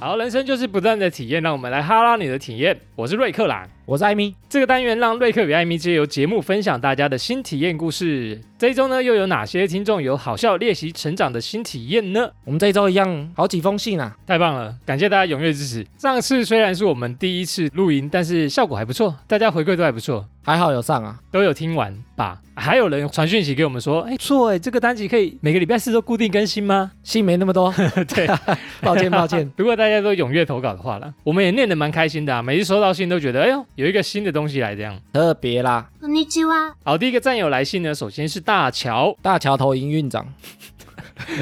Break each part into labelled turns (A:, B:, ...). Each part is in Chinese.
A: 好，人生就是不断的体验，让我们来哈拉你的体验。我是瑞克啦，
B: 我是艾米，
A: 这个单元让瑞克与艾米借由节目分享大家的新体验故事。这一周呢，又有哪些听众有好笑、练习成长的新体验呢？
B: 我们这一周一样
A: 嗯
B: 好几封信啊，
A: 太棒了，感谢大家踊跃支持。上次虽然是我们第一次录音，但是效果还不错，大家回馈都还不错，
B: 还好有上啊，
A: 都有听完吧？还有人传讯息给我们说，哎，不错哎，这个单集可以每个礼拜四都固定更新吗？
B: 信没那么多，
A: 对，。
B: 抱歉抱歉
A: 如果大家都踊跃投稿的话啦，我们也念得蛮开心的啊。每次收到信都觉得，哎呦，有一个新的东西来这样。
B: 特别啦，
C: こんにちは。
A: 好，第一个战友来信呢，首先是大乔，
B: 大桥头营运长，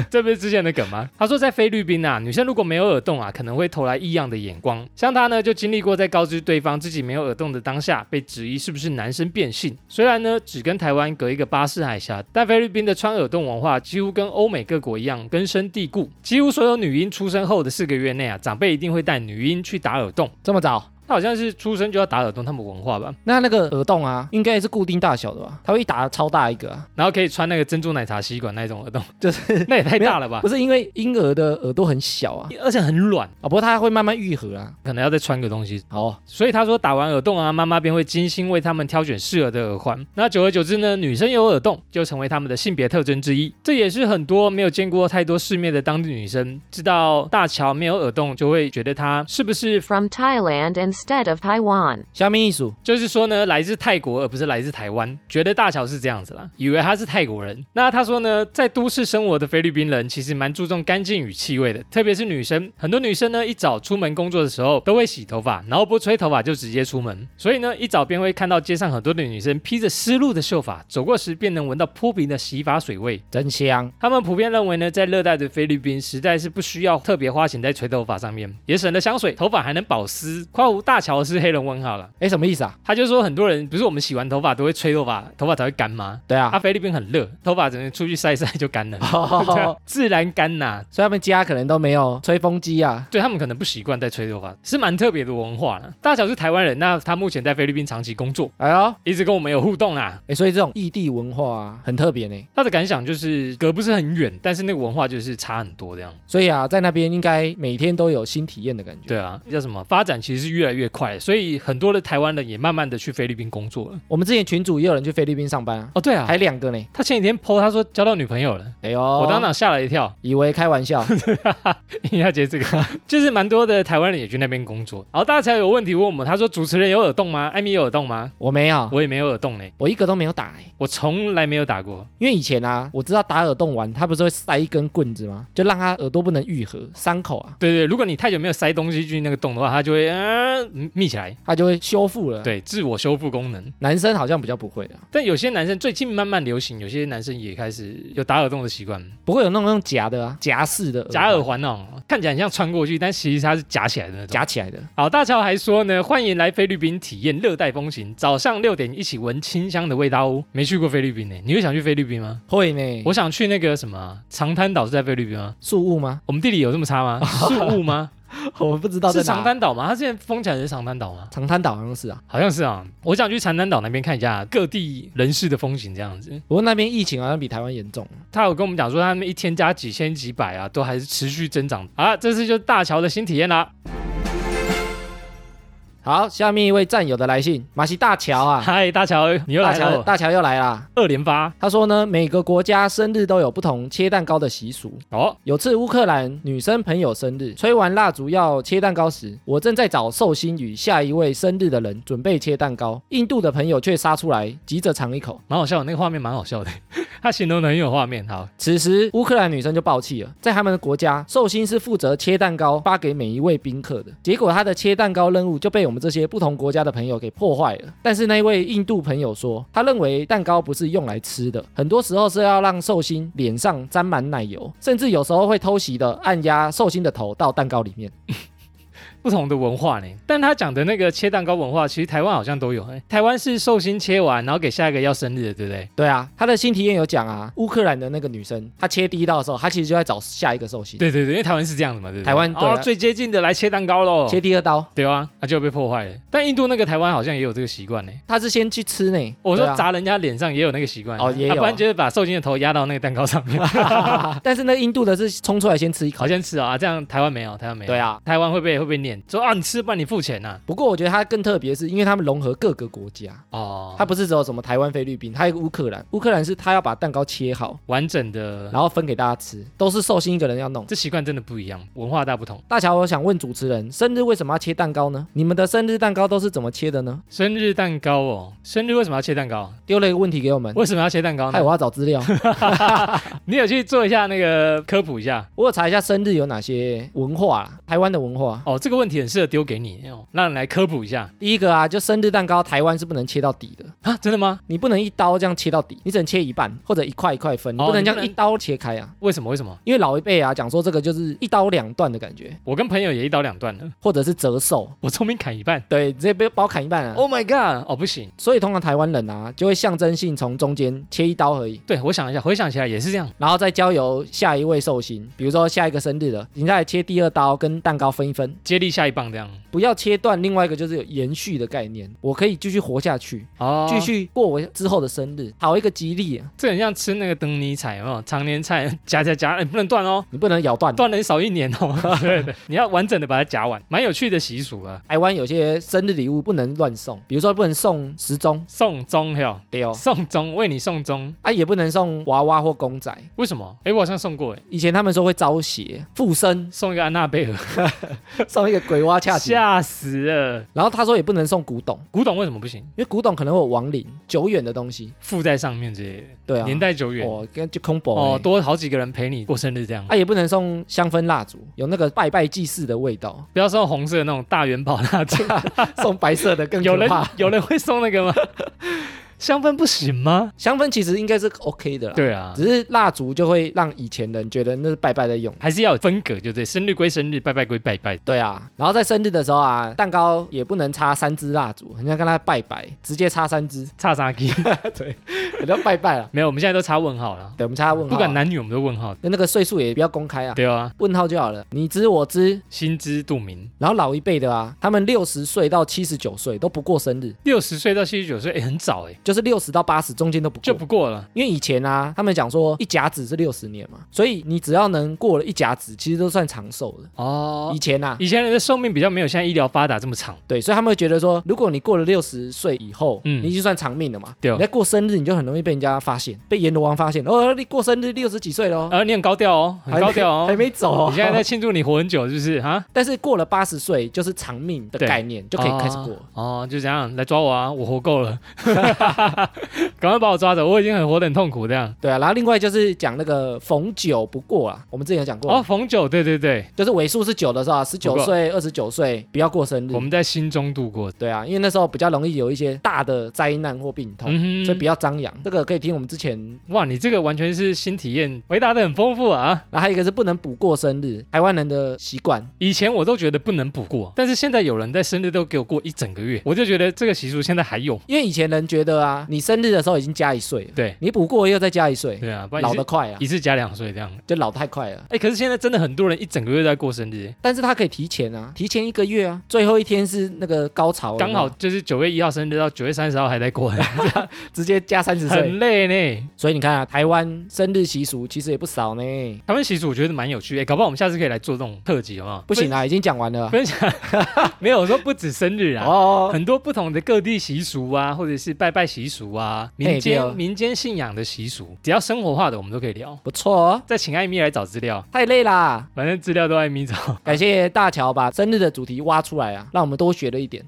A: 这不是之前的梗吗？他说在菲律宾啊，女生如果没有耳洞啊，可能会投来异样的眼光。像他呢，就经历过在告知对方自己没有耳洞的当下，被质疑是不是男生变性。虽然呢，只跟台湾隔一个巴士海峡，但菲律宾的穿耳洞文化几乎跟欧美各国一样根深蒂固。几乎所有女婴出生后的四个月内啊，长辈一定会带女婴去打耳洞。
B: 这么早？
A: 他好像是出生就要打耳洞，他们文化吧，
B: 那那个耳洞啊，应该也是固定大小的吧？它会一打超大一个啊，
A: 然后可以穿那个珍珠奶茶吸管那种耳洞，
B: 就是
A: 那也太大了吧
B: 不，是因为婴儿的耳朵很小啊，
A: 而且很软，
B: 啊、不过它会慢慢愈合啊。
A: 可能要再穿个东西。
B: 好哦，
A: 所以他说打完耳洞啊，妈妈便会精心为他们挑选适合的耳环。那久而久之呢，女生有耳洞就成为他们的性别特征之一。这也是很多没有见过太多世面的当地女生，知道大乔没有耳洞，就会觉得她是不是
D: from Thailand instead of Taiwan.
B: 虾米艺术，
A: 就是说呢，来自泰国而不是来自台湾，觉得大乔是这样子啦，以为他是泰国人。那他说呢，在都市生活的菲律宾人其实蛮注重干净与气味的，特别是女生，很多女生呢一早出门工作的时候都会洗头发，然后不吹头发就直接出门，所以呢一早便会看到街上很多的女生披着湿漉的秀发，走过时便能闻到扑鼻的洗发水味。
B: 真香。
A: 他们普遍认为呢，在热带的菲律宾，实在是不需要特别花钱在吹头发上面，也省了香水，头发还能保湿。夸胡大乔是黑人问号了。
B: 哎，什么意思啊？
A: 他就说很多人不是我们洗完头发都会吹头发，头发才会干吗？
B: 对啊
A: 啊，，菲律宾很热，头发只能出去晒一晒就干了， 对啊
B: 哦，
A: 自然干呐、
B: 所以他们家可能都没有吹风机啊。
A: 对他们可能不习惯在吹头发，是蛮特别的文化啦。大乔是台湾人，那他目前在菲律宾长期工作，
B: 哎呦，
A: 一直跟我们有互动啦。
B: 哎，所以这种异地文化啊，很特别呢。
A: 他的感想就是隔不是很远，但是那个文化就是差很多这样。
B: 所以啊，在那边应该每天都有新体验的感觉。
A: 对啊，叫什么？发展其实是越来越快，所以很多的台湾人也慢慢的去菲律宾工作了。
B: 我们之前群主也有人去菲律宾上班啊，
A: 哦，对啊，哦
B: 还两个呢。
A: 他前几天 PO 他说交到女朋友了，
B: 哎呦，
A: 我
B: 我
A: 当场吓了一跳。
B: 以为开玩 笑，
A: 应该接这个，就是蛮多的台湾人也去那边工作。然后大家有问题问我们，他说主持人有耳洞吗？艾米有耳洞吗？
B: 我没有，我
A: 我也没有耳洞嘞，
B: 一个都没有打、欸。
A: 我从来没有打过。
B: 因为以前啊，我知道打耳洞完，他不是会塞一根棍子吗？就让他耳朵不能愈合伤口啊，
A: 对对，如果你太久没有塞东西进去那个洞的话，它就会嗯、呃密起来，
B: 他就会修复了。，
A: 对，自我修复功能。
B: 男生好像比较不会啊，
A: 但有些男生最近慢慢流行，有些男生也开始有打耳洞的习惯，
B: 不会有那种用夹的啊，夹式的
A: 夹耳
B: 环
A: 环那种，看起来很像穿过去，但其实它是夹起来的那种。
B: 夹起来的，
A: 好，大乔还说呢，欢迎来菲律宾体验热带风情，早上六点一起闻清香的味道哦。没去过菲律宾呢，你会想去菲律宾吗？
B: 会呢。
A: 我想去那个什么长滩岛是在菲律宾吗？
B: 树物吗？
A: 我们地理有这么差吗？宿雾吗？
B: 我不知道在
A: 是
B: 哪。
A: 长滩岛吗？它现在封起来是长滩岛吗？
B: 长滩岛好像是啊，
A: 好像是啊，我想去长滩岛那边看一下各地人士的风景这样子。
B: 不过那边疫情好像比台湾严重。
A: 他有跟我们讲说，他们一天加几千几百啊，都还是持续增长啊。这次就是大乔的新体验啦。
B: 好，下面一位战友的来信，马西大乔啊，
A: 嗨，大乔，你又
B: 大
A: 来
B: 乔
A: 了，
B: 大 乔又来啦。
A: 二连发
B: 他说呢，每个国家生日都有不同切蛋糕的习俗。
A: 哦，
B: 有次乌克兰女生朋友生日，吹完蜡烛要切蛋糕时，我正在找寿星与下一位生日的人准备切蛋糕，印度的朋友却杀出来，急着尝一口。
A: 蛮好笑的，那个画面蛮好笑的，他形容的很有画面。好，
B: 此时乌克兰女生就爆气了，在他们的国家，寿星是负责切蛋糕发给每一位宾客的，结果他的切蛋糕任务就被我们这些不同国家的朋友给破坏了。但是那一位印度朋友说，他认为蛋糕不是用来吃的，很多时候是要让寿星脸上沾满奶油，甚至有时候会偷袭的按压寿星的头到蛋糕里面。
A: 不同的文化呢。但他讲的那个切蛋糕文化，其实台湾好像都有。哎台湾是寿星切完，然后给下一个要生日的，对不对？
B: 对啊，他的新体验有讲啊，
A: 嗯
B: 乌克兰的那个女生，她切第一刀的时候，她其实就在找下一个寿星，
A: 对对对，因为台湾是这样的嘛，对不对？
B: 台湾对
A: 哦
B: 啊，
A: 最接近的来切蛋糕喽。
B: 切第二刀，
A: 对啊，那、就被破坏了。但印度那个台湾好像也有这个习惯呢。
B: 她是先去吃呢。
A: 我
B: 对
A: 说
B: 啊
A: 砸人家脸上也有那个习惯
B: 哦也有啊
A: 啊不然就是把受精的头压到那个蛋糕上面，
B: 但是那印度的是冲出来先吃一口
A: 好。像是啊，这样台湾没有，台湾没有。
B: 对啊，
A: 台湾会被会被念说啊，你吃不然你付钱呐、
B: 不过我觉得它更特别，是因为他们融合各个国家，
A: 哦，
B: 它不是只有什么台湾、菲律宾，还有一个乌克兰。乌克兰是他要把蛋糕切好，
A: 完整的，
B: 然后分给大家吃，都是寿星一个人要弄。
A: 这习惯真的不一样，文化大不同。
B: 大乔，我想问主持人，生日为什么要切蛋糕呢？你们的生日蛋糕都是怎么切的呢？
A: 生日蛋糕哦，生日为什么要切蛋糕？
B: 丢了一个问题给我们，
A: 为什么要切蛋糕
B: 害
A: 呢？
B: 嗯哎我要找资料。
A: 你有去做一下那个科普一下
B: 我有查一下生日有哪些文化啊，台湾的文化。
A: 哦，这个问题很适合丢给你哦，让你来科普一下
B: 第一个啊，就生日蛋糕，台湾是不能切到底的，
A: 啊，真的吗？
B: 你不能一刀这样切到底，你只能切一半或者一块一块分，你
A: 哦
B: 不能
A: 你
B: 这
A: 不
B: 样一
A: 能
B: 刀切开啊。
A: 为什么？为什么？
B: 因为老一辈啊讲说这个就是一刀两断的感觉，
A: 我跟朋友也一刀两断了，
B: 或者是折寿，
A: 我聪明砍一半。
B: 对，直接被包砍一半啊。
A: Oh my god！哦，不行，
B: 所以通常台湾人啊就会象征性从中间切一刀而已，
A: 对我想一下，回想起来也是这样。
B: 然后再交由下一位寿星，比如说下一个生日的，你再来切第二刀跟蛋糕分一分，
A: 接力下一棒这样。
B: 不要切断。另外一个就是有延续的概念，我可以继续活下去，
A: 哦，
B: 继，续过我之后的生日，讨一个吉利、啊，
A: 这很像吃那个灯泥菜，有没有？常年菜 夹夹夹，哎、不能断哦，
B: 你不能咬断。
A: 断了你少一年哦。 对对，你要完整的把它夹完，蛮有趣的习俗啊。
B: 台湾有些生日礼物不能乱送，比如说不能送时钟，
A: 送钟哟，
B: 对哦，
A: 送钟，为你送钟，
B: 啊也不能送娃娃或公仔。
A: 为什么？哎，我好像送过，哎，
B: 以前他们说会招邪附身，
A: 送一个安娜贝尔，
B: 送一个鬼娃恰吉。
A: 吓死了。
B: 然后他说也不能送古董，
A: 古董为什么不行？
B: 因为古董可能会有亡灵、久远的东西。
A: 附在上面之类的，
B: 对啊，
A: 年代久远。
B: 哦，跟就空博
A: 哦
B: 哦，，
A: 多好几个人陪你过生日这样，。
B: 啊也不能送香氛蜡烛，有那个拜拜祭祀的味道
A: 不要送红色的那种大元宝蜡烛。
B: 送白色的更
A: 有
B: 可
A: 人
B: 怕。
A: 有人会送那个吗？ 香氛不行吗？
B: 香氛其实应该是 OK 的啦，，
A: 对啊，
B: 只是蜡烛就会让以前人觉得那是拜拜在用。
A: 还是要有分隔，就对，生日归生日，拜拜归拜拜。
B: 对啊，然后在生日的时候啊，蛋糕也不能插三支蜡烛，人家跟他拜拜，直接插三支，
A: 叉叉鸡
B: 人家拜拜了。
A: 没有，我们现在都插问号了，
B: 对，我们插问号啊，
A: 不管男女，我们都问号。
B: 跟那个岁数也不要公开啊，
A: 对啊，
B: 问号就好了，你知我知。
A: 心知肚明。
B: 然后老一辈的啊，他们六十岁到七十九岁都不过生日，
A: 六十岁到七十九岁，哎、很早哎、
B: 就是六十到八十中间都不
A: 就
B: 过。
A: 不过了。
B: 因为以前啊，他们讲说一甲子是六十年嘛，所以你只要能过了一甲子，其实都算长寿的。
A: 哦
B: 以，前啊，
A: 以前人的寿命比较没有现在医疗发达这么长。
B: 对，所以他们会觉得说，如果你过了六十岁以后，
A: 嗯
B: 你已经算长命了嘛。
A: 对哦
B: 你在过生日，你就很容易被人家发现，被阎罗王发现，哦，你过生日六十几岁喽，
A: 呃，你很高调哦，
B: 还
A: 很
B: 没
A: 高调哦。
B: 还没 走、哦。
A: 你现在在庆祝你活很久，是不是啊？
B: 但是过了八十岁就是长命的
A: 对
B: 概念， 就可以开始过。
A: 哦哦，就这样来抓我啊！我活够了， 赶快把我抓走，我已经很活得很痛苦这样。
B: 对啊，然后另外就是讲那个逢九不过啊，我们之前有讲过，
A: 哦，逢九，对对对，
B: 就是尾数是九的时候啊，十九
A: 不过
B: 岁、二十九岁不要过生
A: 我
B: 日。
A: 们在心中度过。
B: 对啊，因为那时候比较容易有一些大的灾难或病痛，
A: 嗯
B: 所以比较张扬。这个可以听我们之前，
A: 哇，你这个完全是新体验，回答的很丰富啊！
B: 然后还有一个是不能补过生日，台湾人的习惯。
A: 以前我都觉得不能补过，但是现在有人在生日都给我过一整个月，我就觉得这个习俗现在还有。
B: 因为以前人觉得啊，你生日的时候已经加一岁了，
A: 对
B: 你补过又再加一岁，
A: 对啊，不然
B: 老
A: 一
B: 得
A: 次
B: 快啊，
A: 一次加两岁这样。
B: 就老太快了。
A: 哎，可是现在真的很多人一整个月都在过生日，
B: 但是他可以提前啊，提前一个月啊，最后一天是那个高潮，
A: 刚
B: 有
A: 好
B: 没
A: 就是九月一号生日到九月三十号还在 过，
B: 有直接加三十岁。
A: 很累呢。
B: 所以你看啊，台湾生日习俗其实也不少呢。
A: 台湾习俗我觉得蛮有趣，哎，搞不好我们下次可以来做这种特辑，好不好？
B: 不行啊，已经讲完了啊。
A: 分，分享没有我说不止生日啊，
B: 哦，
A: 很多不同的各地习俗啊，或者是拜拜习俗啊，民
B: 嘿对哦
A: 间民间信仰的习俗，只要生活化的，我们都可以聊。
B: 不错哦，
A: 再请艾米来找资料，
B: 太累啦。
A: 反正资料都艾米找。
B: 感谢大乔把生日的主题挖出来啊，让我们多学了一点。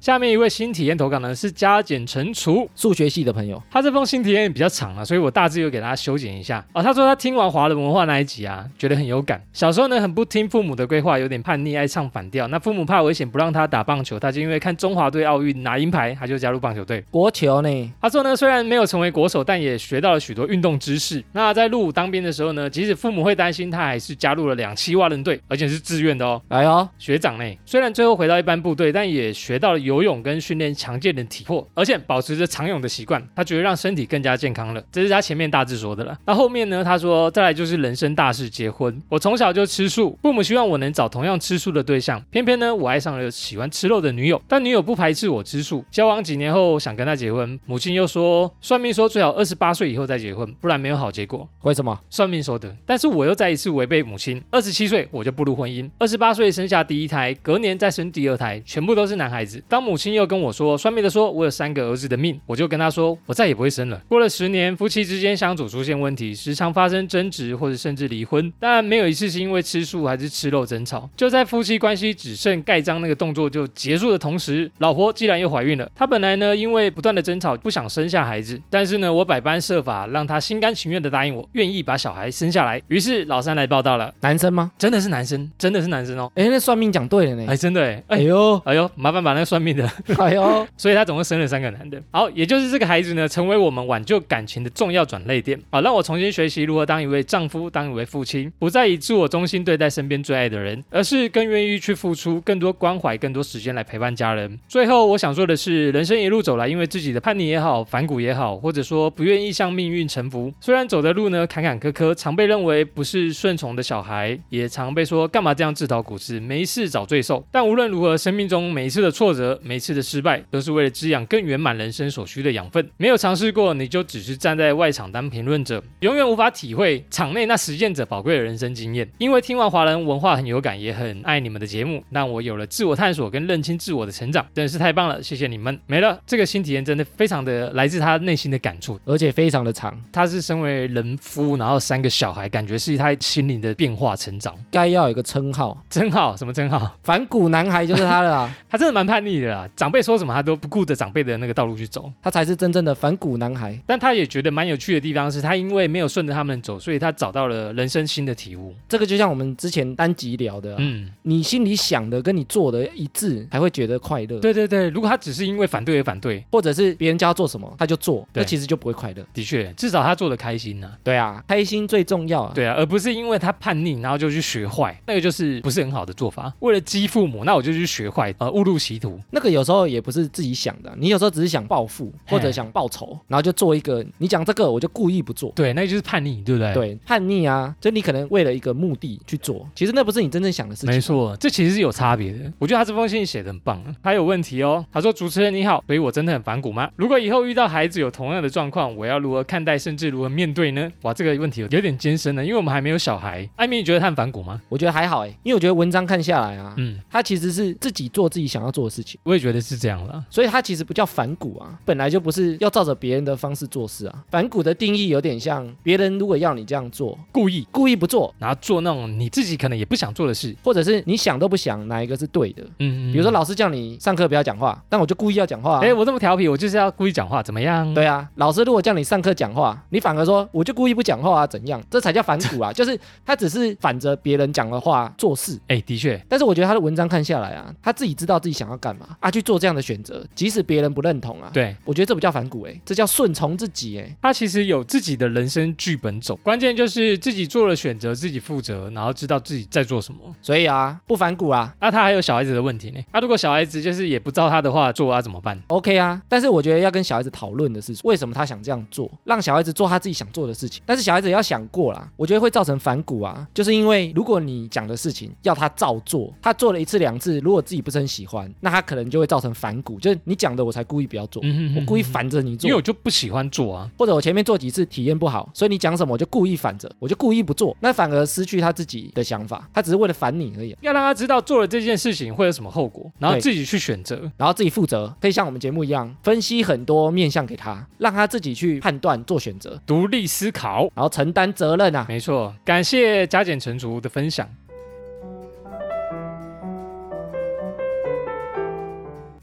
A: 下面一位新体验投稿呢是加减乘除，
B: 数学系的朋友，
A: 他这封新体验比较长了、所以我大致又给大家修剪一下哦。他说他听完华人文化那一集啊，觉得很有感。小时候呢很不听父母的规划，有点叛逆，爱唱反调。那父母怕危险不让他打棒球，他就因为看中华队奥运拿银牌，他就加入棒球队。
B: 国球呢？
A: 他说呢，虽然没有成为国手，但也学到了许多运动知识。那在入伍当兵的时候呢，即使父母会担心，他还是加入了两栖蛙人队，而且是自愿的哦。
B: 哎呦，
A: 学长呢，虽然最后回到一般部队，但也学到了游泳跟训练强健的体魄，而且保持着长泳的习惯，他觉得让身体更加健康了。这是他前面大致说的了。那后面呢，他说再来就是人生大事，结婚。我从小就吃素，父母希望我能找同样吃素的对象，偏偏呢，我爱上了喜欢吃肉的女友，但女友不排斥我吃素。交往几年后想跟她结婚，母亲又说算命说最好二十八岁以后再结婚，不然没有好结果。
B: 为什么？
A: 算命说的，但是我又再一次违背母亲。二十七岁我就步入婚姻，二十八岁生下第一胎，隔年再生第二胎，全部都是男孩子。当母亲又跟我说，算命的说我有三个儿子的命，我就跟她说我再也不会生了。过了十年，夫妻之间相处出现问题，时常发生争执或者甚至离婚，但没有一次是因为吃素还是吃肉争吵。就在夫妻关系只剩盖章那个动作就结束的同时，老婆既然又怀孕了，她本来呢因为不断的争吵不想生下孩子，但是呢我百般设法让她心甘情愿的答应我，愿意把小孩生下来。于是老三来报道了，
B: 男生吗？
A: 真的是男生，真的是男生哦，
B: 哎，那算命讲对了呢
A: 哎，。真的哎，
B: 哎
A: 哎。
B: 呦，
A: 哎呦，麻烦把那个算命的，
B: 哎呦，
A: 所以他总共生了三个男的。好，也就是这个孩子呢，成为我们挽救感情的重要转泪点啊，让我重新学习如何当一位丈夫，当一位父亲，不再以自我中心对待身边最爱的人，而是更愿意去付出更多关怀、更多时间来陪伴家人。最后，我想说的是，人生一路走来，因为自己的叛逆也好、反骨也好，或者说不愿意向命运臣服，虽然走的路呢坎坎坷坷，常被认为不是顺从的小孩，也常被说干嘛这样自讨苦吃，没事找罪受。但无论如何，生命中每一次的挫折，每一次的失败，都是为了滋养更圆满人生所需的养分。没有尝试过，你就只是站在外场当评论者，永远无法体会场内那实践者宝贵的人生经验。因为听完华人文化很有感，也很爱你们的节目，让我有了自我探索跟认清自我的成长，真的是太棒了，谢谢你们。没了，这个新体验真的非常的来自他内心的感触，
B: 而且非常的长，
A: 他是身为人夫，然后三个小孩，感觉是他心灵的变化成长，
B: 该要有一个称号。
A: 真好，什么真好？
B: 反骨男孩就是他了啊，
A: 他真的蛮叛逆的啦，长辈说什么他都不顾着长辈的那个道路去走。
B: 他才是真正的反骨男孩。
A: 但他也觉得蛮有趣的地方是，他因为没有顺着他们走，所以他找到了人生新的体悟。
B: 这个就像我们之前单集聊的啊、
A: 嗯，
B: 你心里想的跟你做的一致，才会觉得快乐。
A: 嗯对对对，如果他只是因为反对而反对，
B: 或者是别人叫他做什么，他就做，
A: 对
B: 那其实就不会快乐。
A: 的确，至少他做的开心呐、
B: 对啊，开心最重要啊。
A: 对啊，而不是因为他叛逆，然后就去学坏，那个就是不是很好的做法。为了激父母，那我就去学坏，呃，误入歧途。
B: 那个有时候也不是自己想的啊，你有时候只是想报复
A: 嘿
B: 或者想报仇，然后就做一个你讲这个我就故意不做。
A: 对，那就是叛逆，对不对？
B: 对，叛逆啊，就你可能为了一个目的去做，其实那不是你真正想的事
A: 没
B: 情。
A: 错，这其实是有差别的。我觉得他这封信写的很棒，他有问题哦。他说：“主持人你好，所以我真的很反骨吗？如果以后遇到孩子有同样的状况，我要如何看待，甚至如何面对呢？”哇，这个问题有点艰深呢，因为我们还没有小孩。艾米，你觉得他很反骨吗？
B: 我觉得还好哎，因为我觉得文章看下来啊，
A: 嗯，
B: 他其实是自己做自己想要做的事情，
A: 我也觉得是这样啦。
B: 所以他其实不叫反骨啊，本来就不是要照着别人的方式做事啊。反骨的定义有点像别人如果要你这样做，
A: 故意，
B: 故意不做，
A: 然后做那种你自己可能也不想做的事。
B: 或者是你想都不想哪一个是对的。
A: 嗯
B: 比如说，老师叫你上课不要讲话，但我就故意要讲话、啊。
A: 哎，我这么调皮，我就是要故意讲话，怎么样？
B: 对啊，老师如果叫你上课讲话，你反而说我就故意不讲话啊，怎样？这才叫反骨啊！就是他只是反着别人讲的话做事。
A: 哎，的确，
B: 但是我觉得他的文章看下来啊，他自己知道自己想要干嘛啊，去做这样的选择，即使别人不认同啊。，
A: 对。
B: 我觉得这不叫反骨哎、这叫顺从自己哎、
A: 他其实有自己的人生剧本走，关键就是自己做了选择，自己负责，然后知道自己在做什么。
B: 所以啊，不反骨啊。
A: 那他还有小孩子的问题呢？那、如果小孩子就是也不照他的话做啊，怎么办？
B: OK 啊，但是我觉得要跟小孩子讨论的是，为什么他想这样做，让小孩子做他自己想做的事情。但是小孩子也要想过啦，我觉得会造成反骨啊，就是因为如果你讲的事情要他照做，他做了一次两次，如果自己不是很喜欢，那他可能就会造成反骨，就是你讲的我才故意不要做，
A: 嗯
B: 我故意，反着你做
A: 因为，我就不喜欢做啊。
B: 或者我前面做几次体验不好，所以你讲什么我就故意反着，我就故意不做，那反而失去他自己的想法，他只是为了烦你而已。
A: 要让他知道做了这件事情会有什么后果，然后
B: 对
A: 自己去选择。
B: 然后自己负责，可以像我们节目一样分析很多面向给他，让他自己去判断做选择，
A: 独立思考，
B: 然后承担责任啊。
A: 没错。感谢加减乘除的分享。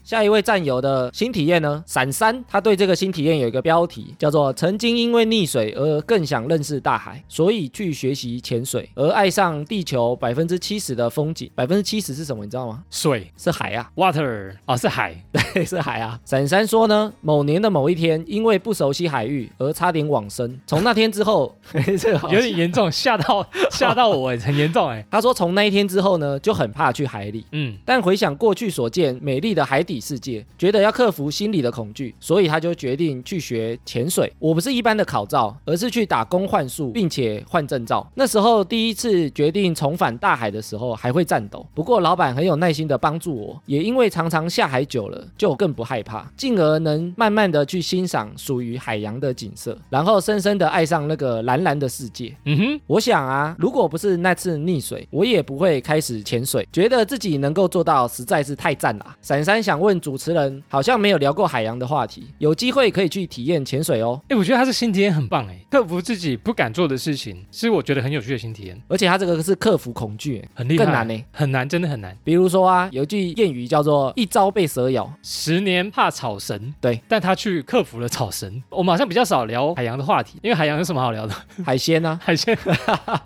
B: 下一位战友的新体验呢，闪三，他对这个新体验有一个标题，叫做“曾经因为溺水而更想认识大海，所以去学习潜水，而爱上地球百分之七十的风景”。百分之七十是什么？你知道吗？
A: 水
B: 是海啊。
A: water 啊是海，
B: 对， 是海啊。闪闪说呢，某年的某一天，因为不熟悉海域而差点往生。从那天之后， 这个好
A: 有点严重，吓 到吓到我哎，很严重哎。
B: 他说从那一天之后呢，就很怕去海里。
A: 嗯，
B: 但回想过去所见美丽的海底世界，觉得要克服心理的恐惧，所以他就决定去学潜水。我不是一般的考照，而是去打工换宿，并且换证照。那时候第一次决定重返大海的时候，还会颤抖。不过老板很有耐心的帮助我，也因为常常下海久了，就更不害怕，进而能慢慢的去欣赏属于海洋的景色，然后深深的爱上那个蓝蓝的世界。
A: 嗯哼，
B: 我想啊，如果不是那次溺水，我也不会开始潜水。觉得自己能够做到，实在是太赞了。闪闪想问主持人，好像没有聊过海洋的话题，有机会可以去体验潜水哦。
A: 哎，我觉得他是新体验很棒哎，克服自己不敢做的事情，是我觉得很有趣的新体验，
B: 而且他这个是克服恐惧，欸
A: 很厉害，
B: 更难欸
A: 很难，真的很难。
B: 比如说啊，有一句谚语叫做“一朝被蛇咬
A: 十年怕草绳，
B: 对，
A: 但他去克服了草绳。我们好像比较少聊海洋的话题，因为海洋有什么好聊的？”，
B: 海 鲜啊，
A: 海 鲜。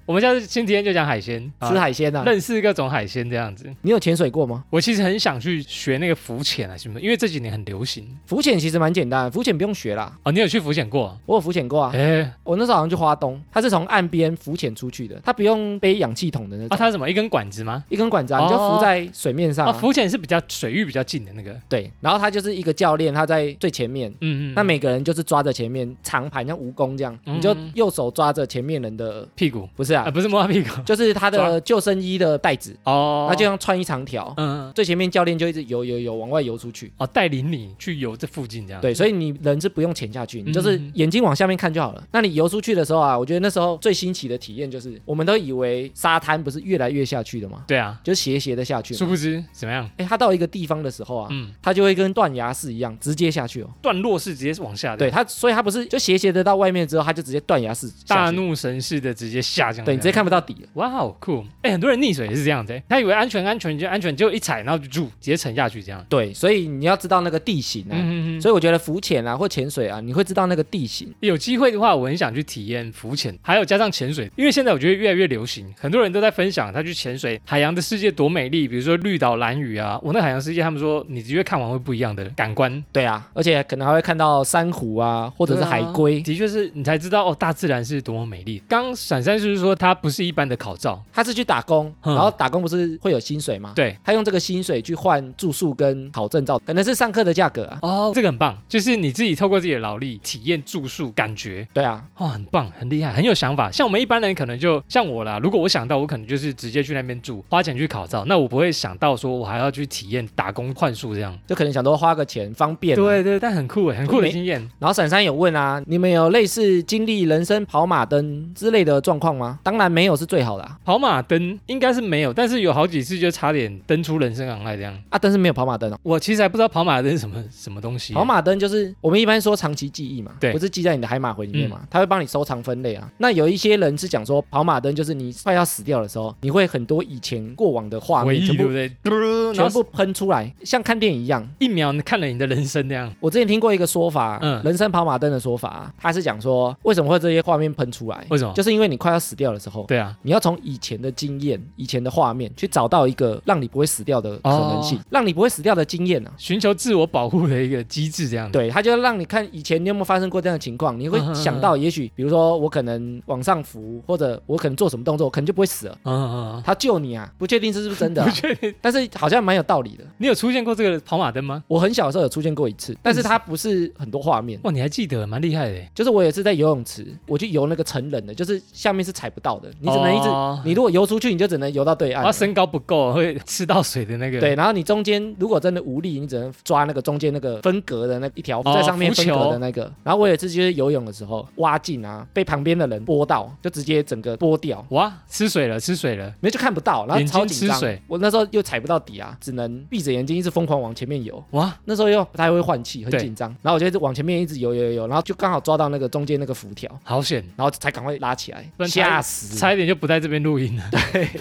A: 我们下次新体验就讲海鲜，
B: 吃海鲜啊。
A: 认识各种海鲜这样子。
B: 你有潜水过吗？
A: 我其实很想去学那个浮潜啊，什么，因为这几年很流行。
B: 浮潜其实蛮简单的，浮潜不用学啦。
A: 哦，你有去浮潜过啊？
B: 我有浮潜过 啊，
A: 哎、
B: 我那时候好像去花东，它是从岸边浮潜出去的，它不用背氧气筒的那
A: 啊，
B: 种，
A: 它是什么一根管子吗？
B: 一根管子啊，你就
A: 哦
B: 浮在水面上
A: 啊，
B: 啊。
A: 浮潜是比较水域比较近的那个。
B: 对，然后他就是一个教练，他在最前面。
A: 嗯嗯，
B: 那每个人就是抓着前面长盘，像蜈蚣这样，
A: 嗯
B: 你就右手抓着前面人的，
A: 屁股
B: 不是啊
A: 啊，，不是摸到屁股
B: 就是他
A: 抓
B: 的救生衣的带子，
A: 哦，
B: 那就像穿一长条。
A: 嗯嗯
B: 最前面教练就一直游游游往外游出去。
A: 哦，带领你去游这附近这样。
B: 对，所以你人是不用潜下去，你就是
A: 嗯
B: 眼睛往下面看就好了。那你游出去的时候啊，我觉得那时候最新奇的体验就是，我们都以为沙滩不是越来越下去的吗？
A: 对啊，
B: 就斜斜的下去嘛。
A: 殊不知怎么样？
B: 哎，它到一个地方的时候啊，
A: 嗯，
B: 它就会跟断崖式一样直接下去哦。
A: 段落是直接是往下的。
B: 对他，所以他不是就斜斜的到外面之后，他就直接断崖式下
A: 大
B: 去，
A: 怒神似的直接下降。
B: 对你直接看不到底了。
A: 哇，好酷！哎，很多人溺水也是这样的、欸他以为安全安全就安全，结果一踩然后就住，直接沉下去这样。
B: 对，所以你要知道那个地形啊。
A: 嗯嗯嗯。
B: 所以我觉得浮潜啊或潜水啊，你会知道那个地形。
A: 有机会的话，我很想去体验浮潜，还有加上潜水，因为现在我觉得越来越流行，很多人都在分享他去潜水，海洋的世界多美丽，比如说绿岛、蓝屿啊，我那海洋世界，他们说你直接看完会不一样的感官，
B: 对啊，而且可能还会看到珊瑚啊，或者是海龟。
A: 的确是你才知道哦，大自然是多么美丽。刚闪闪是说他不是一般的考照，
B: 他是去打工，
A: 嗯
B: 然后打工不是会有薪水吗？
A: 对。
B: 他用这个薪水去换住宿跟考证照，可能是上课的价格啊。
A: 哦，这个很棒，就是你自己透过自己的劳力体验住宿感觉，
B: 对啊，
A: 哦，很棒，很厉害，很有想法。像我们一般人可能就像我啦，如果我想到，我可能就是直接去那边住，花钱去考照，那我不会想到说我还要去体验打工换宿这样。
B: 就可能想多花个钱方便、啊。
A: 对对，但很酷哎，很酷的
B: 没
A: 经验。
B: 然后闪闪有问啊，你们有类似经历人生跑马灯之类的状况吗？当然没有是最好的啊，
A: 跑马灯应该是没有，但是有好几次就差点灯出人生昂来这样。
B: 啊但是没有跑马灯哦。
A: 我其实还不知道跑马灯是什么什么东西。
B: 跑马灯就是我们一般说长期记忆嘛，
A: 对嗯
B: 不是记在你的海马回里面嘛，它会帮你收藏分类啊。那有一些人是讲说，跑马灯就是你快要死掉的时候，你会很多以前过往的画
A: 回
B: 面
A: 忆
B: 全
A: 对不
B: 部
A: 对？嘟然
B: 全
A: 后
B: 部喷出来，像看电影一样。
A: 一秒你看了你的人生这样。
B: 我之前听过一个说法，
A: 嗯
B: 人生跑马灯的说法啊，他是讲说为什么会这些画面喷出来，
A: 为什么
B: 就是因为你快要死掉的时候。
A: 对啊，
B: 你要从以前的经验、以前的画面去找到一个让你不会死掉的可能性，
A: 哦
B: 让你不会死掉的经验啊。
A: 寻求自我保护的一个机制这样。
B: 对，他就让你看以前你有没有发生过这样的情况，你会
A: 嗯嗯嗯
B: 想到，也许比如说我可能往上浮，或者我可能做什么动作，我可能就不会死 了。
A: 嗯，嗯嗯，
B: 他救你啊，不确定这是不是真的 啊、
A: 不确定。
B: 但是好像蛮有道理的。
A: 你有出现过这个跑马灯吗？
B: 我很小的时候有出现过一次，但是它不是很多画面，
A: 哇，你还记得，蛮厉害的耶。
B: 就是我也是在游泳池，我去游那个成人的，就是下面是踩不到的，你只能一直，
A: 哦
B: 你如果游出去，你就只能游到对岸
A: 然
B: 了
A: 后。身高不够会吃到水的那个。
B: 对，然后你中间如果真的无力，你只能抓那个中间那个分隔的那一条
A: 哦
B: 在上面
A: 浮
B: 分
A: 球
B: 隔的那个。然后我有一次就是游泳的时候挖进啊，被旁边的人拨到，就直接整个拨掉。
A: 哇，吃水了，吃水了。
B: 没有就看不到，然后
A: 眼
B: 超
A: 睛
B: 紧
A: 吃
B: 张
A: 水。
B: 我那时候又踩不到底啊，只能闭着眼睛一直疯狂往前面游。
A: 哇，
B: 那时候又不太会换气，很
A: 对
B: 紧张。然后我就一直往前面一直游游游游，然后就刚好抓到那个中间那个浮条，
A: 好险，
B: 然后才赶快拉起来
A: 不，然差一
B: 吓死！
A: 差一点就不在这边录音了。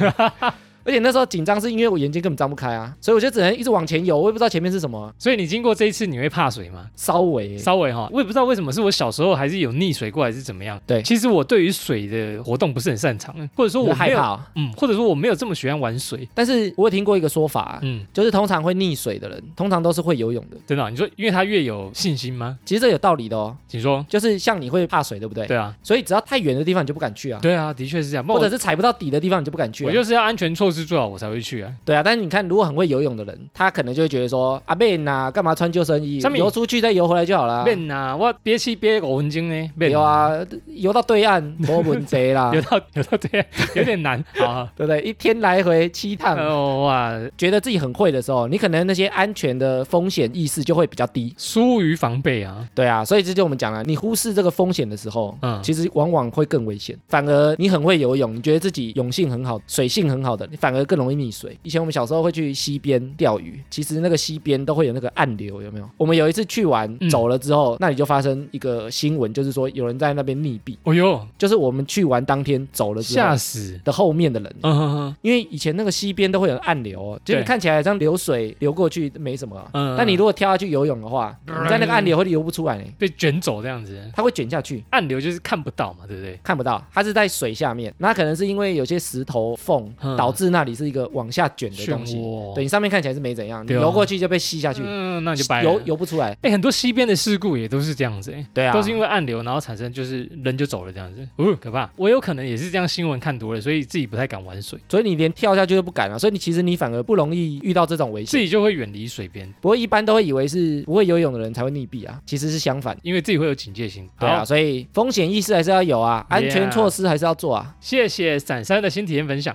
B: 而而且那时候紧张是因为我眼睛根本张不开啊，所以我就只能一直往前游，我也不知道前面是什么啊，
A: 所以你经过这一次，你会怕水吗？
B: 稍微
A: 稍微哈，我也不知道为什么，是我小时候还是有溺水过，还是怎么样？
B: 对
A: 其实我对于水的活动不是很擅长，或者说我
B: 我害
A: 没有，
B: 怕哦、
A: 嗯，或者说我没有这么喜欢玩水，
B: 但是我有听过一个说法、啊，
A: 嗯，
B: 就是通常会溺水的人，通常都是会游泳的。
A: 真的哦、你说，因为他越有信心吗？
B: 其实这有道理的哦，
A: 请说。
B: 就是像你会怕水，对不对？
A: 对啊，
B: 所以只要太远的地方你就不敢去啊，
A: 对啊，的确是这样。不
B: 或
A: 然
B: 者是踩不到底的地方你就不敢去、
A: 我
B: 啊。
A: 我就是要安全措施做好，我才会去啊。
B: 对啊，但是你看，如果很会游泳的人，他可能就会觉得说，阿妹呐，干嘛穿救生衣
A: 上？面
B: 游出去再游回来就好啦。
A: 变啊，我憋气憋五分钟呢，变
B: 有，啊，游到 对岸没问题啦，
A: 有到 有到这样，有点难 啊。
B: 对不对？一天来回七趟，
A: 哦哇，
B: 觉得自己很会的时候，你可能那些安全的风险意识就会比较低。
A: 疏于防备啊，
B: 对啊，所以这就我们讲了，你忽视这个风险的时候，
A: 嗯
B: 其实往往会更危险。反而你很会游泳，你觉得自己泳性很好、水性很好的，你反而更容易溺水。以前我们小时候会去溪边钓鱼，其实那个溪边都会有那个暗流，有没有？我们有一次去玩
A: 嗯
B: 走了之后，那里就发生一个新闻，就是说有人在那边溺毙，
A: 哦哟，
B: 就是我们去玩当天走了之后
A: 吓死，
B: 的后面的人。
A: 嗯哼哼，
B: 因为以前那个溪边都会有暗流哦，就是
A: 对
B: 你看起来这样流水流过去没什么啊、
A: 嗯
B: 但你如果跳下去游泳的话，你在那个暗流会流不出来、欸，
A: 被卷走这样子，
B: 它会卷下去。
A: 暗流就是看不到嘛，对不对？
B: 看不到，它是在水下面。那可能是因为有些石头缝
A: 嗯
B: 导致那里是一个往下卷的
A: 漩
B: 东西。
A: 涡，
B: 对，你上面看起来是没怎样，你
A: 对啊
B: 游过去就被吸下去，
A: 嗯，那你就白了
B: 游。游不出来。
A: 哎、很多溪边的事故也都是这样子、哎
B: 对啊，
A: 都是因为暗流，然后产生就是人就走了这样子，哦，可怕。我有可能也是这样新闻看多了，所以自己不太敢玩水，
B: 所以你连跳下去都不敢啊。所以你其实你反而不容易遇到这种危
A: 自
B: 险。
A: 己就会远离水边，
B: 不过一般都会以为是不会游泳的人才会溺毙啊，其实是相反。
A: 因为自己会有警戒心。
B: 对啊，
A: 好，
B: 所以风险意识还是要有啊，安全
A: Yeah
B: 措施还是要做啊。
A: 谢谢闪闪的新体验分享。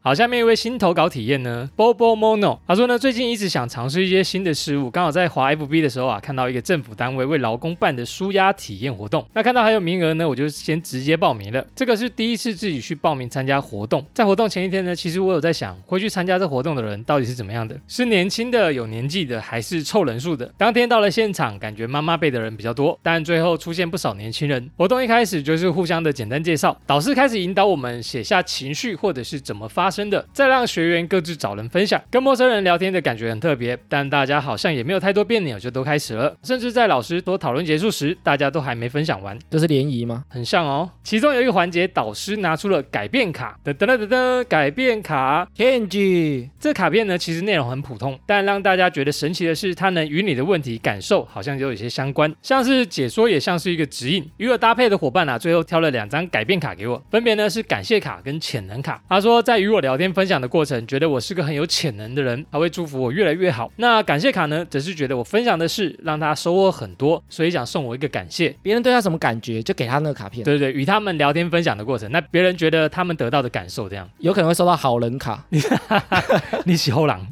A: 好，下面一位新投稿体验呢，Bobo Mono，他说呢，最近一直想尝试一些新的事物，刚好在滑 FB 的时候啊，看到一个政府单位为劳工办的舒压体验活动，那看到还有名额呢，我就先直接报名了。这个是第一次自己去报名参加活动，在活动前一天呢，其实我有在想，会去参加这活动的人到底是怎么样的，是年轻的、有年纪的，还是凑人数的？当天到了现场，感觉妈妈辈的人比较多，但最后出现不少年轻人。活动一开始就是互相的简单介绍，导师开始引导我们写下情绪或者是怎么发生的，再让学员各自找人分享。跟陌生人聊天的感觉很特别，但大家好像也没有太多别扭，就都开始了。甚至在老师多讨论结束时，大家都还没分享完，
B: 这是联谊吗？
A: 很像哦。其中有一个环节，导师拿出了改变卡，噔噔噔噔噔，改变卡。
B: 骗局，
A: 这卡片呢，其实内容很普通，但让大家觉得神奇的是，它能与你的问题感受好像有一些相关，像是解说，也像是一个指引。与我搭配的伙伴啊，最后挑了两张改变卡给我，分别呢是感谢卡跟潜能卡。他说，在与我聊天分享的过程，觉得我是个很有潜能的人，他会祝福我越来越好。那感谢卡呢，则是觉得我分享的事让他收获很多，所以想送我一个感谢。
B: 别人对他什么感觉，就给他那个卡片，
A: 对对对，与他们聊天分享的过程，那别人觉得他们得到的感受这样。
B: 有可能会收到好人卡。
A: 你喜后狼，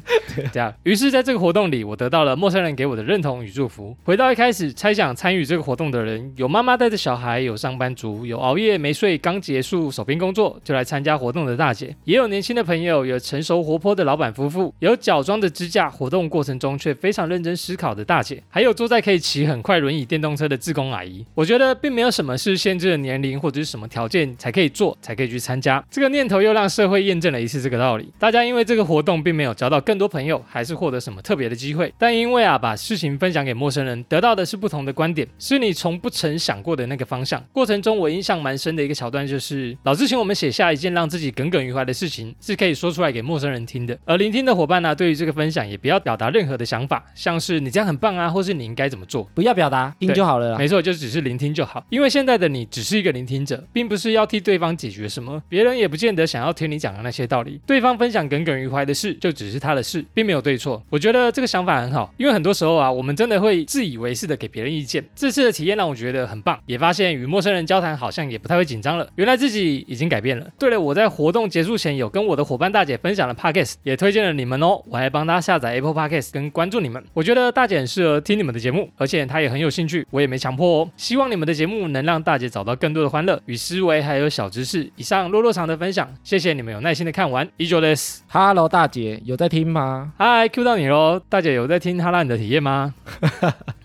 A: 这样。于是，在这个活动里，我得到了陌生人给我的认同与祝福。回到一开始，猜想参与这个活动的人，有妈妈带着小孩，有上班族，有熬夜没睡刚结束手边工作就来参加活动的大姐，也有年轻的朋友，有成熟活泼的老板夫妇，有脚装着支架，活动过程中却非常认真思考的大姐，还有坐在可以骑很快轮椅电动车的志工阿姨。我觉得并没有什么是限制了年龄或者是什么条件才可以做，才可以去参加。这个念头又让社会验证了一次这个道理。大家因为这个活动并没有交到更多朋友，还是获得什么特别的机会，但因为啊，把事情分享给陌生人，得到的是不同的观点，是你从不曾想过的那个方向。过程中我印象蛮深的一个桥段就是，老师请我们写下一件让自己耿耿于怀的事情，是可以说出来给陌生人听的。而聆听的伙伴呢、啊对于这个分享也不要表达任何的想法，像是你这样很棒啊，或是你应该怎么做。
B: 不要表达，听
A: 对
B: 就好了啦。
A: 没错，就只是聆听就好，因为现在的你只是一个聆听者，并不是要替对方解决什么，别人也不见得想要听你讲的那些道理。对方分享耿耿于怀的事，就只是他的事，并没有对错。我觉得这个想法很好，因为很多时候啊，我们真的会自以为是的给别人意见。这次的体验让我觉得很棒，也发现与陌生人交谈好像也不太会紧张了，原来自己已经改变了。对了，我在活动结束前有跟我的伙伴大姐分享了 Podcast，也推荐了你们哦，我还帮她下载 Apple Podcast 跟关注你们。我觉得大姐很适合听你们的节目，而且她也很有兴趣，我也没强迫哦。希望你们的节目能让大姐找到更多的欢乐与思维，还有小知识。以上落落长的分享，谢谢你们有耐心的看完。依旧 this，
B: Hello，大姐有在听吗？
A: 嗨，Q 到你喽，大姐有在听哈拉你的体验吗？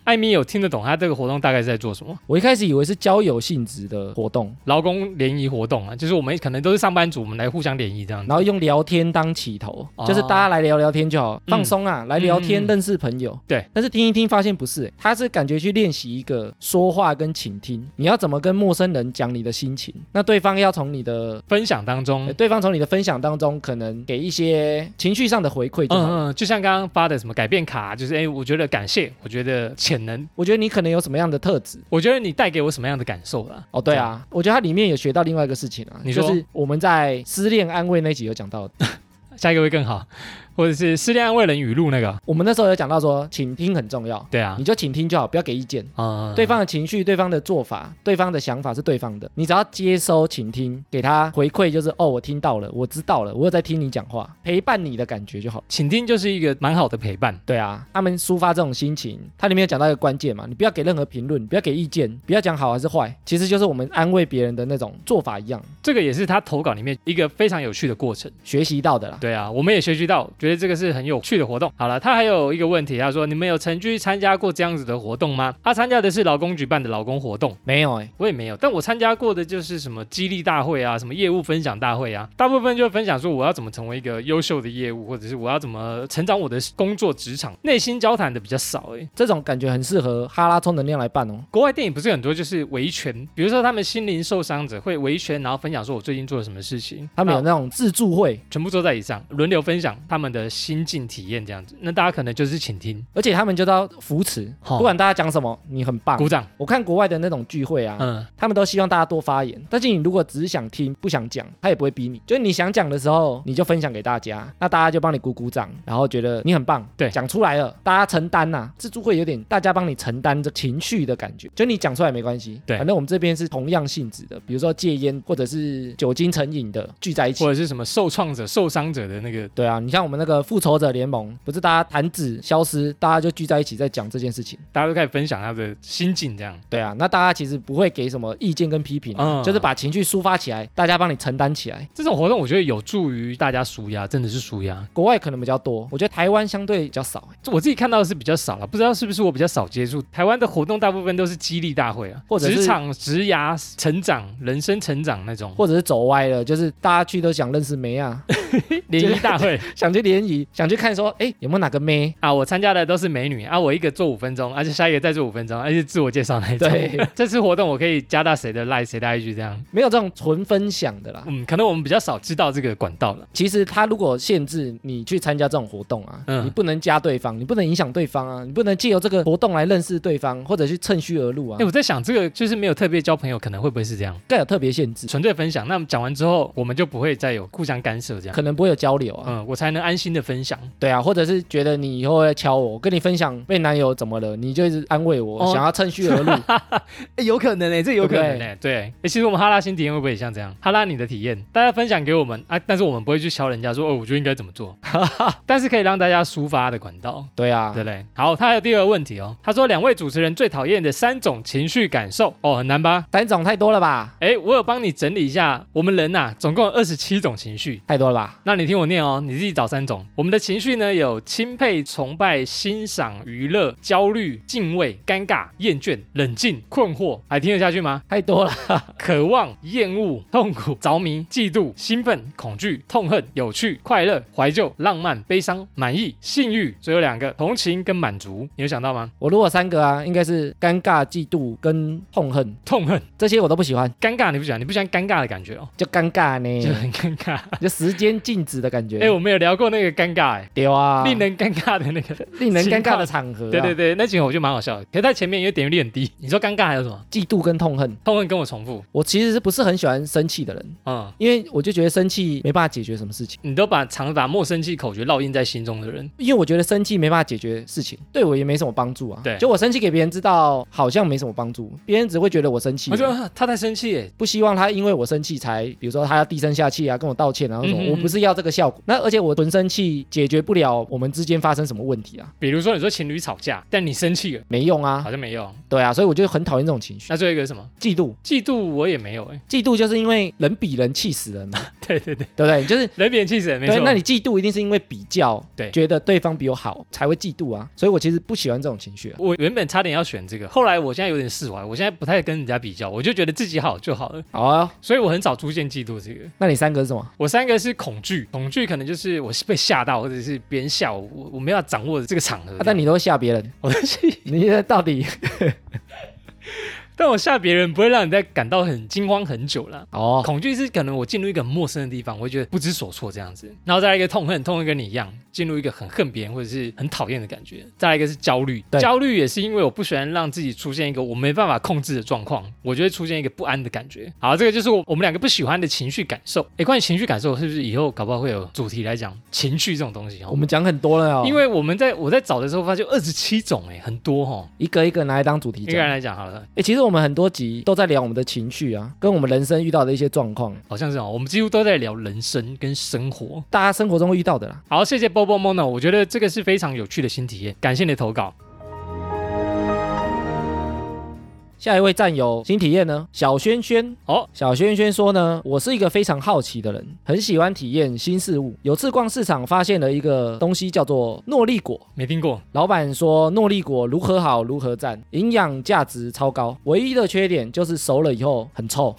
A: 艾米有听得懂他这个活动大概是在做什么？
B: 我一开始以为是交友性质的活动，
A: 劳工联谊活动啊，就是我们可能都是上班族，我们来互相联谊这样子。
B: 然后用聊天当起头，
A: 哦
B: 就是大家来聊聊天就好，放松啊，来聊天、
A: 嗯
B: 认识朋友。
A: 对，
B: 但是听一听发现不是、欸他是感觉去练习一个说话跟倾听，你要怎么跟陌生人讲你的心情，那对方要从你的。
A: 分享当中
B: 呃，对方从你的分享当中，可能给一些情绪上的回馈就好了。
A: 嗯嗯，就像刚刚发的什么改变卡啊，就是哎，我觉得感谢，我觉得潜能，
B: 我觉得你可能有什么样的特质？
A: 我觉得你带给我什么样的感受啊？
B: 哦，对啊，我觉得它里面也学到另外一个事情啊，
A: 你
B: 就
A: 说
B: 是我们在失恋安慰那集有讲到，
A: 下一个会更好， 或者是失恋安慰人语录那个，
B: 我们那时候有讲到说，倾听很重要，
A: 对啊
B: 你，就倾听就好，不要给意见。
A: 啊、
B: 对方的情绪、对方的做法、对方的想法是对方的，你只要接收、倾听，给他回馈，就是哦，我听到了，我知道了，我有在听你讲话，陪伴你的感觉就好。
A: 倾听就是一个蛮好的陪伴，
B: 对啊，他们抒发这种心情，它里面有讲到一个关键嘛，你不要给任何评论，不要给意见，不要讲好还是坏，其实就是我们安慰别人的那种做法一样，
A: 这个也是他投稿里面一个非常有趣的过程。
B: 学习到的啦。
A: 对啊，我们也学习到，觉得这个是很有趣的活动。好了，他还有一个问题，他说：“你们有曾去参加过这样子的活动吗？”他参加的是劳工举办的劳工活动，
B: 没有哎、
A: 我也没有，但我参加过的就是什么激励大会啊，什么业务分享大会啊，大部分就分享说我要怎么成为一个优秀的业务，或者是我要怎么成长我的工作职场，内心交谈的比较少诶、
B: 这种感觉很适合哈拉充能量来办哦。
A: 国外电影不是很多，就是维权，比如说他们心灵受伤者会维权，然后分享说我最近做了什么事情，
B: 他们有
A: 那
B: 那种自助会，
A: 全部坐在椅上轮流分享他们的心境体验这样子，那大家可能就是倾听、
B: 而且他们就到扶持，
A: 好
B: 不管大家讲什么，你很棒
A: 鼓。掌，
B: 我看国外的那种聚会啊，
A: 嗯，
B: 他们都希望大家多发言，但是你如果只是想听不想讲，他也不会逼你。就是你想讲的时候，你就分享给大家，那大家就帮你鼓鼓掌，然后觉得你很棒，
A: 对
B: 讲出来了，大家承担呐、啊自助会有点大家帮你承担这情绪的感觉，就你讲出来没关系，
A: 对
B: 反正我们这边是同样性质的，比如说戒烟或者是酒精成瘾的聚在一起
A: 或。者是什么受创者、受伤者的那个，
B: 对啊，你像我们那个复仇者联盟，不是大家弹指消失，大家就聚在一起在讲这件事情。
A: 大家都开始分享他的心境这样。
B: 对啊，那大家其实不会给什么意见跟批评
A: 嗯
B: 啊、就是把情绪抒发起来，大家帮你承担起来。
A: 这种活动我觉得有助于大家舒压，真的是舒压。
B: 国外可能比较多，我觉得台湾相对比较少、欸
A: 这我自己看到的是比较少了，不知道是不是我比较少接触。台湾的活动大部分都是激励大会啊，
B: 或者是
A: 职场、职涯、成长、人生成长那种
B: 或者是走歪了，就是大家去都想认识妹啊，
A: 联谊大会
B: 想去联谊，想去看说，哎、有没有哪个妹？
A: 啊。我参加的都是美女啊，我一个做五分钟，而且下一个再做五分钟，而且自我介绍那一种。
B: 对，
A: 这次活动我可以加到谁的 line 谁的 IG 这样。
B: 没有这种纯分享的啦。
A: 嗯，可能我们比较少知道这个管道了。
B: 其实他如果限制你去参加这种活动啊，
A: 嗯
B: 你不能加对方，你不能影响对方啊，你不能借由这个活动来认识对方，或者去趁虚而入啊
A: 哎、，我在想这个就是没有特别交朋友，可能会不会是这样，
B: 更有特别限制，
A: 纯粹分享。那么讲完之后，我们就不会再有互相干涉这样。
B: 可能不会有交流啊。
A: 嗯，我才能安心的分享。
B: 对啊，或者是觉得你以后会来敲我，我跟你分享被男友怎么了，你就一直安慰我，
A: 哦
B: 想要趁虚而入。
A: 有可能诶、欸这
B: 有可能
A: 诶、对。诶其实我们哈拉新体验会不会也像这样？哈拉你的体验，大家分享给我们啊，但是我们不会去敲人家说，哦，我觉得应该怎么做， 但是可以让大家抒发的管道，
B: 对啊，
A: 对不对？好，他还有第二个问题哦，他说两位主持人最讨厌的三种情绪感受，哦，很难吧？
B: 三种太多了吧？
A: 诶，我有帮你整理一下，我们人呐、啊总共有二十七种情绪，
B: 太多了吧？
A: 那你听我念哦，你自己找三种。我们的情绪呢，有钦佩、崇拜、欣赏、娱乐、焦虑、敬畏、尴尬、厌倦、冷静、困惑，还听得下去吗？
B: 太多了，
A: 渴望、厌恶、痛苦、着迷、嫉妒、兴奋、恐惧、痛恨、有趣、快乐、怀旧、浪漫、悲伤、满意、性欲，最后两个同情跟满足，你有想到吗？
B: 我如果三个啊，应该是尴尬、嫉妒跟痛恨，
A: 痛恨、
B: 这些我都不喜欢，
A: 尴尬，你不喜欢，你不喜欢尴尬的感觉哦，
B: 就尴尬
A: 就
B: 呢，
A: 很尴尬。
B: 就时间静止的感觉。
A: 哎、我们有聊过那个尴尬、哎、
B: 丢啊，
A: 令人尴尬的那个，
B: 令人尴尬
A: 情况
B: 的场合、啊，
A: 对对，对，那几个我觉得蛮好笑的。可是它前面因为点击率很低，你说尴尬还有什么？
B: 嫉妒跟痛恨，
A: 痛恨跟我重复，
B: 我其实是不是很喜欢生气的人，
A: 嗯，
B: 因为我就觉得生气没办法解决什么事情，
A: 你都把常把莫生气口诀烙印在心中的人，
B: 因为我觉得生气没办法解决事情，对我也没什么帮助啊。
A: 对
B: 就我生气给别人知道，好像没什么帮助，别人只会觉得我生气哦
A: 我。说他太生气耶，
B: 不希望他因为我生气才，比如说他要低声下气啊，跟我道歉啊，然后说
A: 嗯嗯嗯
B: 我不是要这个效果。那而且我浑身气解决不了我们之间发生什么问题啊，
A: 比如说你说情侣吵架，但你生气了，
B: 没用啊
A: 好，像没用。
B: 对啊，所以我就很讨厌这种情绪，
A: 那最后一个是什么？
B: 嫉妒，
A: 嫉妒我也没有哎、
B: 嫉妒就是因为人比人气死人嘛，
A: 对对对，
B: 对不对？就是
A: 人比人气死人，没
B: 对
A: 错。，
B: 那你嫉妒一定是因为比较，
A: 对
B: 觉得对方比我好才会嫉妒啊，所以我其实不喜欢这种情绪啊。
A: 我原本差点要选这个，后来我现在有点释怀，我现在不太跟人家比较，我就觉得自己好就好了，
B: 好啊，
A: 所以我很少出现嫉妒这个。
B: 那你三个是什么？
A: 我三个是恐惧，恐惧可能就是我是被吓到，或者是别人吓我，我我没有掌握这个场合。
B: 啊、但你都会吓别人，
A: 我的气，
B: 你这到底
A: 但我吓别人不会让你在感到很惊慌很久啦。
B: 哦
A: 恐惧是可能我进入一个很陌生的地方，我会觉得不知所措这样子，然后再来一个痛恨，痛恨跟你一样，进入一个很恨别人或者是很讨厌的感觉。再来一个是焦虑，
B: 对
A: 焦虑也是因为我不喜欢让自己出现一个我没办法控制的状况，我就会出现一个不安的感觉。好，这个就是我我们两个不喜欢的情绪感受。诶，关于情绪感受，是不是以后搞不好会有主题来讲情绪这种东西？哦
B: 我们讲很多了哦，
A: 因为我们在我在找的时候发现二十七种哎、很多哦。
B: 一个一个拿来当主题
A: 一
B: 讲
A: 个。人来讲好了，
B: 哎、其实我们很多集都在聊我们的情绪啊，跟我们人生遇到的一些状况，
A: 好像是哦，我们几乎都在聊人生跟生活。
B: 大家生活中会遇到的啦。
A: 好，谢谢 Bobo Mono，我觉得这个是非常有趣的新体验，感谢你的投稿。
B: 下一位战友新体验呢，小轩轩
A: 哦，
B: 小轩轩说呢，我是一个非常好奇的人，很喜欢体验新事物。有次逛市场，发现了一个东西叫做诺丽果，
A: 没听过，
B: 老板说诺丽果如何好如何赞，营养价值超高，唯一的缺点就是熟了以后 很臭，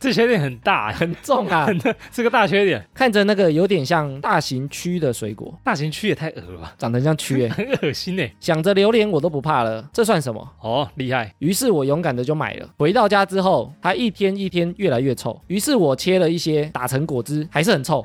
A: 这缺点很大，
B: 很重啊，
A: 这个大缺点，
B: 看着那个有点像大型蛆的水果，
A: 大型区也太恶了吧，
B: 长得像蛆耶、
A: 很恶心哎、
B: 想着榴莲我都不怕了，这算什么？
A: 哦，厉害，
B: 于是我勇敢的就买了。回到家之后，它一天一天越来越臭。于是我切了一些打成果汁，还是很臭。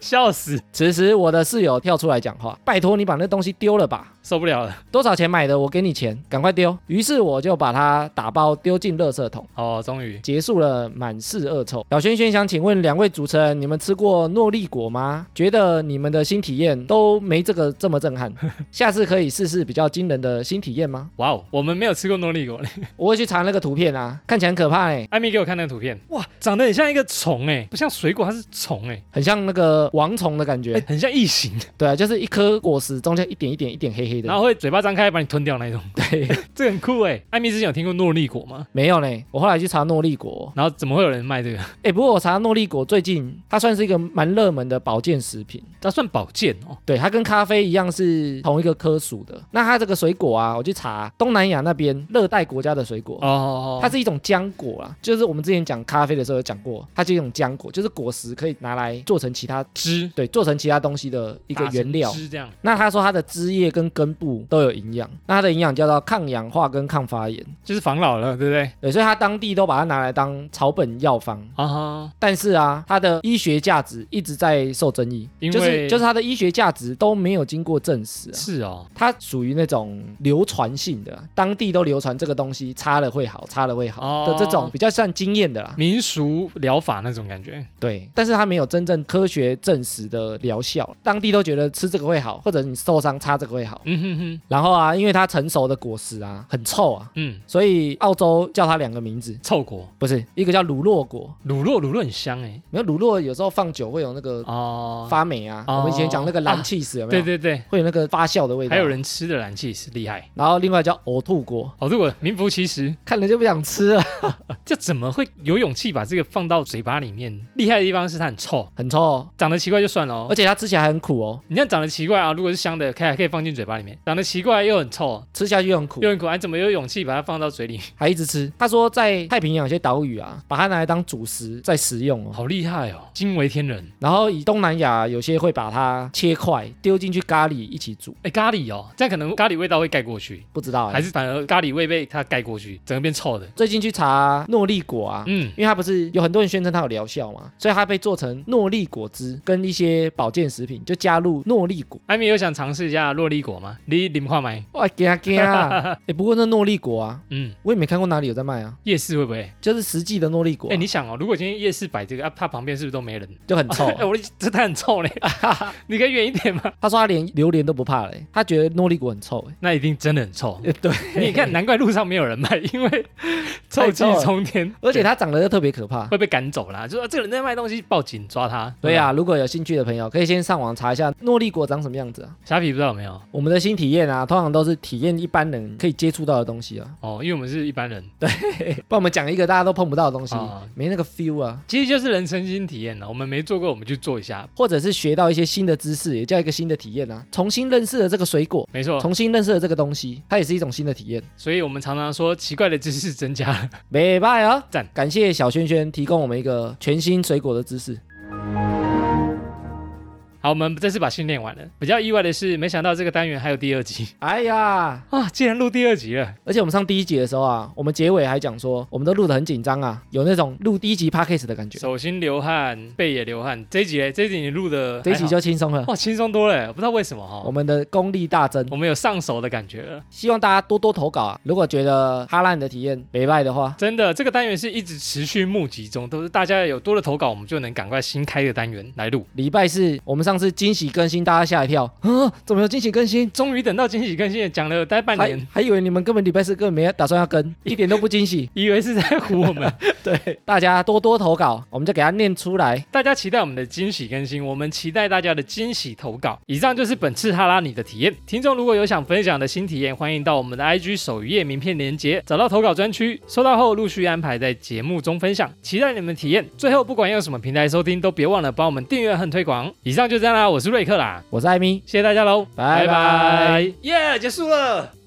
A: 笑死，
B: 此时我的室友跳出来讲话：“拜托你把那东西丢了吧，
A: 受不了了。
B: 多少钱买的？我给你钱，赶快丢。”于是我就把它打包丢进垃圾桶。
A: 哦，终于，
B: 结束了满是恶臭。小轩轩想请问两位主持人，你们吃过诺丽果吗？觉得你们的新体验都没这个这么 震撼，下次可以试试比较惊人的新体验吗？
A: 哇哦，我们没有吃过诺丽果，
B: 我会去查那个图片啊，看起来很可怕哎、
A: 艾米给我看那个图片，哇，长得很像一个虫哎、不像水果，它是虫哎、
B: 很像那个王虫的感觉。
A: 哎很像异形，
B: 对啊，就是一颗果实中间一点一点一点黑黑
A: 然
B: 的。
A: 后会嘴巴张开把你吞掉那一种，
B: 对，
A: 这个很酷哎、艾米之前有听过诺丽果吗？
B: 没有呢。我后来去查诺丽果，
A: 然后怎么会有人卖这个？
B: 哎，不过我查诺丽果最近它算是一个蛮热门的保健食品。
A: 它算保健哦，
B: 对，它跟咖啡一样是同一个科属的。那它这个水果啊，我去查东南亚那边热带国家的水果。
A: 哦，
B: 它是一种浆果啦，就是我们之前讲咖啡的时候有讲过，它是一种浆果，就是果实可以拿来做成其他
A: 汁
B: 对做成其他东西的一
A: 一
B: 个原料。
A: 汁这样，
B: 那他说它的枝叶跟根部都有营养，那它的营养叫做抗氧化跟抗发炎，
A: 就是防老了，对不对？
B: 对，所以它当地都把它拿来当草本药方。
A: 啊哈，
B: 但是啊，它的医学价值一直在受争议，
A: 因为
B: 就是就是它的医学价值都没有经过证实啊。
A: 是哦，
B: 它属于那种流传性的啊，当地都流传这个东西擦了会好，擦了会好的
A: 哦
B: 这种、比较算经验的啦。
A: 民俗疗法那种感觉，
B: 对，但是它没有真正科学证实的疗效，当地都觉得吃这个会好，或者你受伤擦这个会好。
A: 嗯哼哼，
B: 然后啊，因为它成熟的果实啊很臭啊，
A: 嗯，
B: 所以澳洲叫它两个名字，
A: 臭果，
B: 不是一个叫乳酪果，
A: 乳酪，乳酪很香哎，
B: 没有乳酪有时候放久会有那个
A: 哦，
B: 发霉啊，
A: 哦
B: 我们以前讲那个蓝
A: 啊
B: 气死有没有？
A: 对对对，
B: 会有那个发酵的味道。
A: 还有，人吃的燃气是厉害，
B: 然后另外叫呕吐果，
A: 哦，这个名副其实，啊
B: 看了就不想吃了，
A: 这怎么会有勇气把这个放到嘴巴里面？厉害的地方是它很臭，
B: 很臭、哦，
A: 长得奇怪就算了哦
B: 而。且它吃起来很苦哦，
A: 你看长得奇怪啊，如果是香的，可以还可以放进嘴巴里面；长得奇怪又很臭，
B: 吃下去又很苦
A: 又，很苦，还怎么有勇气把它放到嘴里？
B: 还一直吃。他说在太平洋有些岛屿啊，把它拿来当主食在食用哦。
A: 好厉害哦，惊为天人。
B: 然后以东南亚有些会把它切块丢进去咖喱一起煮，
A: 哎，咖喱哦，这样可 能咖喱味道会盖过去，
B: 不知道哎、
A: 还是反而咖喱味被它盖过去，整个变臭的。
B: 最近去查诺丽果啊。
A: 嗯，
B: 因为它不是有很多人宣称它有疗效嘛，所以它被做成诺丽果汁跟一些保健食品，就加入诺丽果。
A: 艾米有想尝试一下洛丽果吗？你你们话买？
B: 哇，惊 惊啊！哎、不过那诺丽果啊，
A: 嗯，
B: 我也没看过哪里有在卖啊，
A: 夜市会不会？
B: 就是实际的诺丽果啊、
A: 哎，你想哦，如果今天夜市摆这个，啊，它旁边是不是都没人？
B: 就很臭啊、
A: 哎，我的这它很臭嘞，你可以远一点 吗？
B: 他说他连榴莲都不怕嘞、他觉得诺丽果很臭、欸。
A: 那一定真的很 臭。
B: 对，
A: 你看，难怪路上没有人卖，因为臭气
B: 太臭了
A: 冲天，
B: 而且它长得又特别可怕。
A: 会被赶走啦。就说啊这个人在卖东西，报警抓他。
B: 对呀、
A: 啊，
B: 如果有兴趣的朋友，可以先上网查一下诺丽果长什么样子啊。
A: 虾皮不知道有没有
B: 我们的新体验啊，通常都是体验一般人可以接触到的东西啊，
A: 哦，因为我们是一般人，
B: 不然我们讲一个大家都碰不到的东西，
A: 啊
B: 没那个 feel 啊。
A: 其实就是人生新体验了。我们没做过，我们去做一下，
B: 或者是学到一些新的知识，也叫一个新的体验啊。重新认识了这个水果，
A: 没错。
B: 重新认识了这个东西，它也是一种新的体验。
A: 所以我们常常说奇怪的知识增加了。
B: 美拜啊！
A: 赞
B: 感谢小轩轩提供我们一个全新水果的知识。
A: 好，我们这次把训练完了。比较意外的是，没想到这个单元还有第二 集
B: 哎呀，
A: 啊！竟然录第二集了，
B: 而且我们上第一集的时候啊，我们结尾还讲说，我们都录得很紧张啊，有那种录第一集 podcast 的感觉。
A: 手心流汗，背也流汗。这一集嘞，这一集哦你录的
B: 这一集就轻松了，
A: 哇轻松多了，不知道为什么哈、
B: 我们的功力大增。
A: 我们有上手的感觉了。
B: 希望大家多多投稿啊！如果觉得哈拉你的体验美拜的话，
A: 真的，这个单元是一直持续募集中，都是大家有多的投稿，我们就能赶快新开一个单元来录。
B: 礼拜四我们上次惊喜更新，大家吓一跳啊！怎么有惊喜更新？
A: 终于等到惊喜更新了，讲了待半
B: 还
A: 年，
B: 还以为你们根本礼拜四根本没打算要更，一点都不惊喜。
A: 以为是在唬我 们。
B: 对，大家多多投稿，我们就给它念出来。
A: 大家期待我们的惊喜更新，我们期待大家的惊喜投稿。以上就是本次哈拉你的体验。听众如果有想分享的新体验，欢迎到我们的 IG 首页名片连接，找到投稿专区，收到后陆续安排在节目中分享。期待你们的体验。最后，不管用什么平台收听，都别忘了帮我们订阅和推广。以上就这样啦，我是瑞克啦，
B: 我是艾米，
A: 谢谢大家喽，
B: 拜拜
A: 耶结束了。